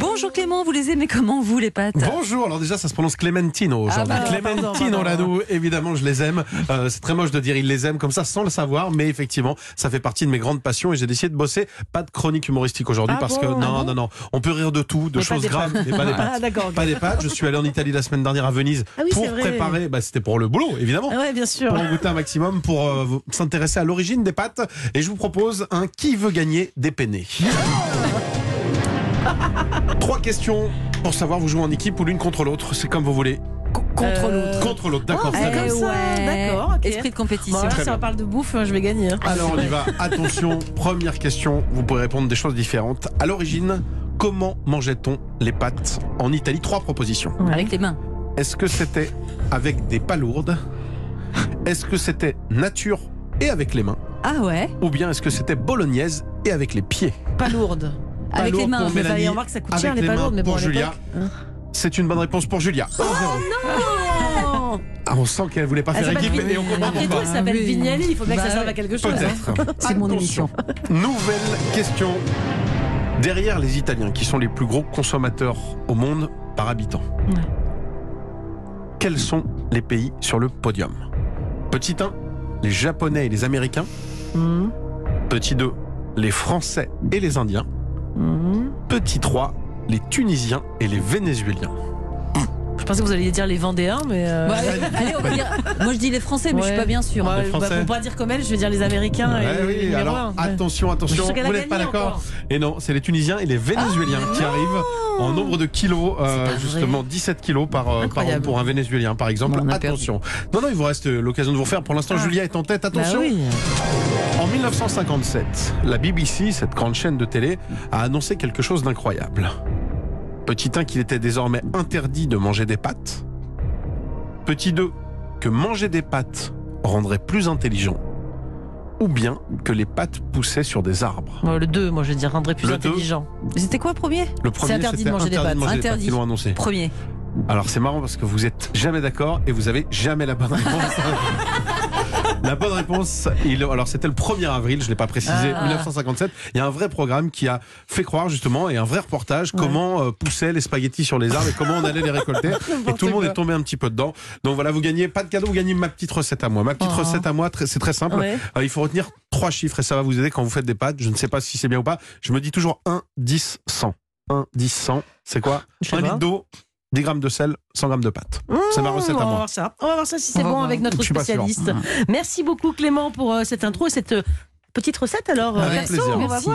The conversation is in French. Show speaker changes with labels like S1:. S1: Bonjour Clément, vous les aimez comment vous les pâtes
S2: Bonjour, alors déjà ça se prononce Clémentino aujourd'hui.
S1: Ah bah, pardon,
S2: Clémentine
S1: pardon.
S2: Orlando, évidemment je les aime. Euh, c'est très moche de dire ils les aiment comme ça sans le savoir, mais effectivement ça fait partie de mes grandes passions et j'ai décidé de bosser. Pas de chronique humoristique aujourd'hui
S1: Ah
S2: parce
S1: bon
S2: que non,
S1: Ah bon
S2: non, non, on peut rire de tout, de
S1: Mais pas
S2: choses
S1: des
S2: graves, mais pas des pâtes.
S1: Ah d'accord. ok.
S2: Pas des pâtes, je suis allé en Italie la semaine dernière à Venise
S1: Ah oui, c'est
S2: pour
S1: vrai.
S2: préparer, bah, c'était pour le boulot évidemment.
S1: Ah ouais, bien sûr.
S2: Pour en goûter un maximum, pour euh, vous- s'intéresser à l'origine des pâtes. Et je vous propose un qui veut gagner des peinés. Trois questions pour savoir vous jouez en équipe ou l'une contre l'autre. C'est comme vous voulez.
S3: Contre
S1: Euh,
S3: l'autre.
S2: Contre l'autre, d'accord.
S1: Ah,
S2: très
S1: c'est
S2: bien.
S1: comme ça,
S3: ouais.
S1: d'accord. ok. Bah,
S3: Esprit de compétition.
S1: Bon, alors,
S2: Très
S1: si
S2: bien.
S1: on parle de bouffe, euh, je vais gagner. hein.
S2: Alors on y va. Attention, première question. Vous pourrez répondre des choses différentes. À l'origine, comment mangeait-on les pâtes en Italie Trois propositions.
S3: Avec les mains.
S2: Est-ce que c'était avec des palourdes Est-ce que c'était nature et avec les mains
S3: Ah ouais
S2: Ou bien est-ce que c'était bolognaise et avec les pieds
S1: Pas lourde.
S3: Avec les
S2: Palourdes
S3: mains.
S2: pour
S1: Mais
S2: Mélanie,
S1: on voit que ça coûte
S2: avec
S1: cher les
S2: les
S1: pas
S2: mains
S1: lourdes, mais bon,
S2: pour
S1: à l'époque. hein.
S2: Julia. C'est une bonne réponse pour Julia. Oh,
S1: Oh
S2: Ah, on sent qu'elle voulait pas
S1: Elle
S2: faire
S1: s'appelle
S2: équipe
S1: Vignali.
S2: et on comprend
S1: Après tout,
S2: pourquoi.
S1: elle s'appelle
S3: Ah oui.
S1: Vignali. Il faut bien que ça
S3: Bah
S1: serve
S3: ouais.
S1: à quelque chose. hein.
S2: Bah Peut-être.
S3: C'est mon émission.
S2: Nouvelle question. Derrière les Italiens, qui sont les plus gros consommateurs au monde par habitant,
S1: Ouais.
S2: quels sont les pays sur le podium Petit 1, les Japonais et les Américains.
S1: Mhm.
S2: Petit 2, les Français et les Indiens.
S1: Mhm.
S2: Petit 3, les Tunisiens et les Vénézuéliens.
S1: Je pensais que vous alliez dire les Vendéens, mais. euh,
S3: Bon, allez, allez, on va dire. Moi, je dis les Français, mais je suis
S1: Ouais.
S3: pas bien sûr.
S1: Ouais,
S2: Ah, Les
S1: bah,
S2: Français.
S1: pour pas dire comme elle, je vais dire les Américains. et
S2: Ouais,
S1: les
S2: oui,
S1: numéros
S2: alors
S1: un. Ouais.
S2: attention,
S1: Je suis
S2: attention,
S1: sûre qu'elle a
S2: vous n'êtes pas
S1: gagné
S2: d'accord.
S1: encore. Ah
S2: Et non, c'est les Tunisiens et les Vénézuéliens qui arrivent en nombre de kilos, euh,
S3: pas vrai.
S2: justement 17 kilos par, euh, par an
S1: Incroyable.
S2: pour un Vénézuélien, par exemple.
S3: Bon, on a perdu.
S2: attention. Non, non, il vous reste euh, l'occasion de vous refaire. Pour l'instant,
S1: Ah.
S2: Julia est en tête.
S1: Bah
S2: Attention.
S1: oui.
S2: En 1957, la BBC, cette grande chaîne de télé, a annoncé quelque chose d'incroyable. Petit 1 qu'il était désormais interdit de manger des pâtes. Petit 2 que manger des pâtes rendrait plus intelligent. Ou bien que les pâtes poussaient sur des arbres.
S1: Bon, le 2, moi je vais dire rendrait plus
S2: Le deux.
S1: intelligent.
S3: C'était quoi le premier
S2: Le premier,
S1: interdit de
S2: c'était
S1: manger des
S2: interdit
S1: pâtes,
S2: de manger des pâtes.
S3: interdit.
S2: Ils l'ont annoncé.
S3: Premier.
S2: Alors c'est marrant parce que vous êtes jamais d'accord et vous avez jamais la bonne réponse. La bonne réponse, il- alors c'était le 1er avril, je l'ai pas précisé,
S1: Ah.
S2: 1957. Il y a un vrai programme qui a fait croire justement et un vrai reportage comment euh, poussaient les spaghettis sur les arbres et comment on allait les récolter. et tout le monde est tombé un petit peu dedans. Donc voilà, vous gagnez pas de cadeau, vous gagnez ma petite recette à moi. Ma petite
S1: Oh.
S2: recette à moi, très- c'est très simple.
S1: Ouais.
S2: Euh, il faut retenir trois chiffres et ça va vous aider quand vous faites des pâtes. Je ne sais pas si c'est bien ou pas. Je me dis toujours 1, 10, 100. 1, 10, 100. C'est quoi
S1: Je sais
S2: 1
S1: pas.
S2: litre d'eau, 10 grammes de sel, 100 grammes de pâtes. c'est ma recette
S1: on
S2: à
S1: va
S2: moi.
S1: voir ça. On va voir ça si c'est
S3: On va
S1: bon
S3: voir.
S1: avec notre
S2: Je suis pas sûr. Mm.
S1: spécialiste. Merci beaucoup Clément pour euh, cette intro et cette euh, petite recette alors. euh,
S2: Avec
S1: perso,
S2: plaisir.
S1: on va
S3: Merci.
S1: voir.